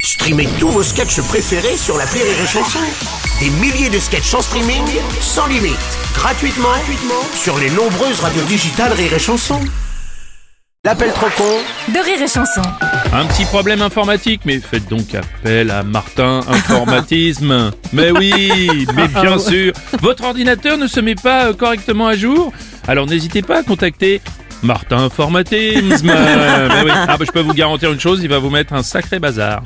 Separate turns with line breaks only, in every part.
Streamez tous vos sketchs préférés sur la Rire et Chanson. Des milliers de sketchs en streaming, sans limite, gratuitement, gratuitement sur les nombreuses radios digitales Rire et Chanson. L'appel trop con
de rire et chanson.
Un petit problème informatique, mais faites donc appel à Martin Informatisme. mais oui, mais bien sûr, votre ordinateur ne se met pas euh, correctement à jour. Alors n'hésitez pas à contacter Martin Informatisme. Euh, mais oui. Ah bah, je peux vous garantir une chose, il va vous mettre un sacré bazar.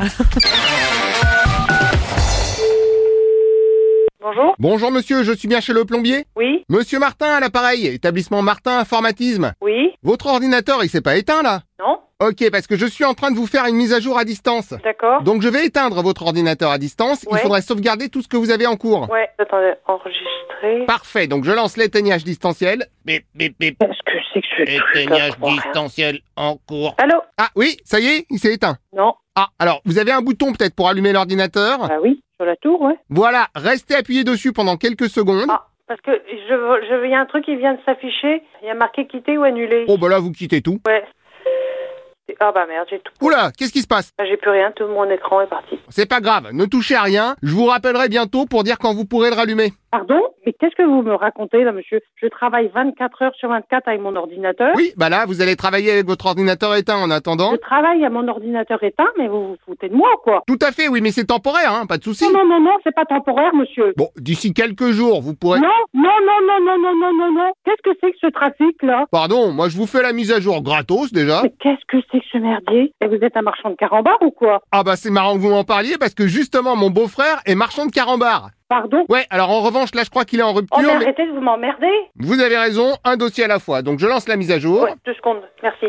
Bonjour.
Bonjour monsieur, je suis bien chez le plombier
Oui,
Monsieur Martin à l'appareil, établissement Martin Informatisme.
oui,
Votre ordinateur, il s'est pas éteint là
non,
Ok, parce que je suis en train de vous faire une mise à jour à distance.
d'accord.
Donc je vais éteindre votre ordinateur à distance, il
Ouais.
faudrait sauvegarder tout ce que vous avez en cours.
Ouais, attendez, enregistrer.
Parfait, donc je lance l'éteignage distanciel.
Bip, bip, bip,
Qu'est-ce que c'est que ce truc là,
éteignage
je comprends rien.
distanciel en cours.
Allô
Ah oui, ça y est, il s'est éteint.
Non,
Ah, alors vous avez un bouton peut-être pour allumer l'ordinateur.
bah oui, sur la tour, ouais.
Voilà, restez appuyé dessus pendant quelques secondes.
Ah, parce que je, je, il y a un truc qui vient de s'afficher, il y a marqué quitter ou annuler.
Oh bah là, vous quittez tout.
Ouais. Ah bah merde, j'ai tout.
Oula, qu'est-ce qui se passe
Ah, J'ai plus rien, tout mon écran est parti.
C'est pas grave, ne touchez à rien. Je vous rappellerai bientôt pour dire quand vous pourrez le rallumer.
Pardon Mais qu'est-ce que vous me racontez là, monsieur Je travaille 24 heures sur 24 avec mon ordinateur.
Oui, hein. bah là, vous allez travailler avec votre ordinateur éteint en attendant.
Je travaille à mon ordinateur éteint, mais vous vous foutez de moi, quoi.
Tout à fait, oui, mais c'est temporaire, hein, pas de souci.
Non, non, non, non, c'est pas temporaire, monsieur.
Bon, d'ici quelques jours, vous pourrez...
Non, non, non, non, non, non, non, non, non. Qu'est-ce que c'est que ce trafic, là
Pardon, moi je vous fais la mise à jour gratos déjà.
Mais qu'est-ce que c'est que ce merdier Et vous êtes un marchand de carambar ou quoi
Ah bah c'est marrant que vous m'en parliez parce que justement mon beau-frère est marchand de carambar.
Pardon
Ouais, alors en revanche là je crois qu'il est en
Oh, mais
rupture. mais-
arrêtez de vous m'emmerder
Vous avez raison, un dossier à la fois. Donc je lance la mise à jour.
Ouais, deux secondes, merci.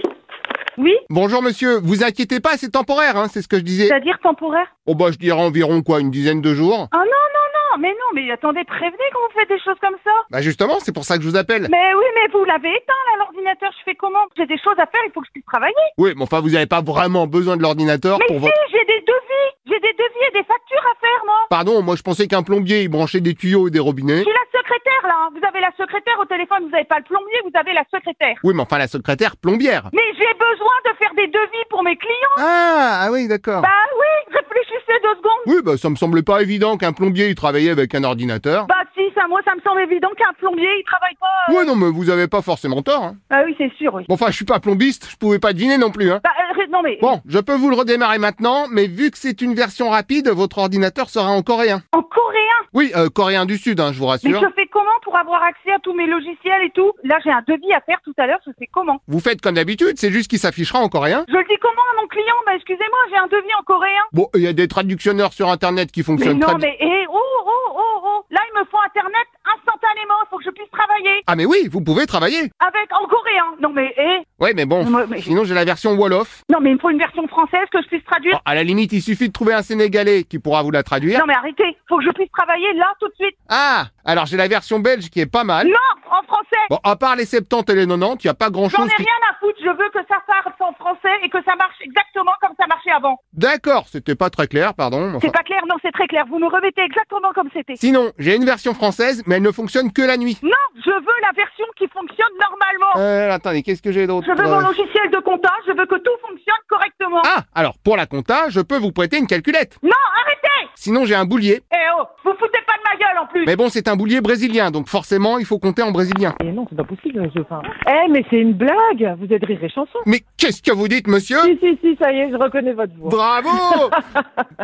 Oui
Bonjour monsieur, vous inquiétez pas, c'est temporaire, hein, c'est ce que je disais.
C'est-à-dire temporaire
Oh bah je dirais environ quoi, une dizaine de jours.
Oh non, non, non, mais non, mais attendez, prévenez quand vous faites des choses comme ça.
Bah justement, c'est pour ça que je vous appelle.
Mais oui, mais vous l'avez éteint là, l'ordinateur, je fais comment J'ai des choses à faire, il faut que je puisse travailler.
Oui, mais enfin vous n'avez pas vraiment besoin de l'ordinateur
Mais
pour
si,
votre...
j'ai des devis, j'ai des devis et des factures à faire, moi.
Pardon, moi je pensais qu'un plombier il branchait des tuyaux et des robinets.
Je suis la secrétaire là, hein. vous avez la secrétaire au téléphone, vous n'avez pas le plombier, vous avez la secrétaire.
Oui, mais enfin la secrétaire plombière.
Mais j'ai besoin de faire des devis pour mes clients.
Ah, ah oui, d'accord.
Bah oui, réfléchissez deux secondes.
Oui, bah ça me semblait pas évident qu'un plombier il travaillait avec un ordinateur.
Bah si, ça, moi, ça me semble évident qu'un plombier, il travaille pas. euh.
Ouais, non, mais vous avez pas forcément tort. Hein.
Ah oui, c'est sûr, oui.
Bon, enfin, je suis pas plombiste, je pouvais pas deviner non plus. Hein.
Bah, euh, ré- non mais
Bon, je peux vous le redémarrer maintenant, mais vu que c'est une version rapide, votre ordinateur sera en coréen.
en coréen,
Oui, euh, coréen du Sud, hein, je vous
mais
rassure.
je fais comment pour avoir accès à tous mes logiciels et tout Là, j'ai un devis à faire tout à l'heure, je fais comment
Vous faites comme d'habitude, c'est juste qu'il s'affichera en coréen.
Je le dis comment à mon client Bah excusez-moi, j'ai un devis en coréen.
Bon, il y a des traductionneurs sur Internet qui
Mais
fonctionnent très
non,
bien.
mais eh, oh, oh, oh, oh Là, il me faut Internet instantanément, il faut que je puisse travailler
Ah mais oui, vous pouvez travailler.
avec en coréen. Non mais eh
Oui, mais bon,
Moi, mais-
sinon j'ai la version Wolof.
Non mais il me faut une version française que je puisse traduire.
Bon, à la limite, il suffit de trouver un Sénégalais qui pourra vous la traduire.
Non mais arrêtez, faut que je puisse travailler là tout de suite.
Ah, alors j'ai la version belge qui est pas mal.
Non, en français.
Bon, à part les 70 et les 90, il n'y a pas grand
J'en
chose
ai
qui...
rien à foutre, je veux que ça parte en français et que ça marche exactement comme ça marchait avant.
D'accord, c'était pas très clair, pardon. mais enfin.
C'est pas clair, non, c'est très clair. Vous me remettez exactement comme c'était.
Sinon, j'ai une version française, mais elle ne fonctionne que la nuit.
Non, je veux la version qui fonctionne normalement.
Euh, attendez, qu'est-ce que j'ai d'autre
Je veux mon
Euh,
logiciel de compta, je veux que tout fonctionne correctement.
Ah, alors, pour la compta, je peux vous prêter une calculette.
Non, arrêtez
Sinon, j'ai un boulier.
Eh oh, vous foutez pas de ma gueule en plus.
Mais bon, c'est un boulier brésilien, donc forcément, il faut compter en brésilien.
Mais Eh non, c'est pas possible, je... enfin... Eh, mais c'est une blague Vous êtes rire et chanson
Mais qu'est-ce que vous dites, monsieur
Si, si, si, ça y est, je reconnais votre voix.
Bravo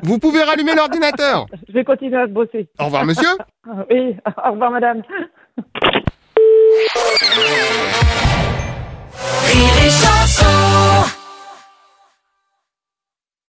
Vous pouvez rallumer l'ordinateur.
Je vais continuer à bosser.
Au revoir, monsieur.
Ah, Oui, au revoir, madame.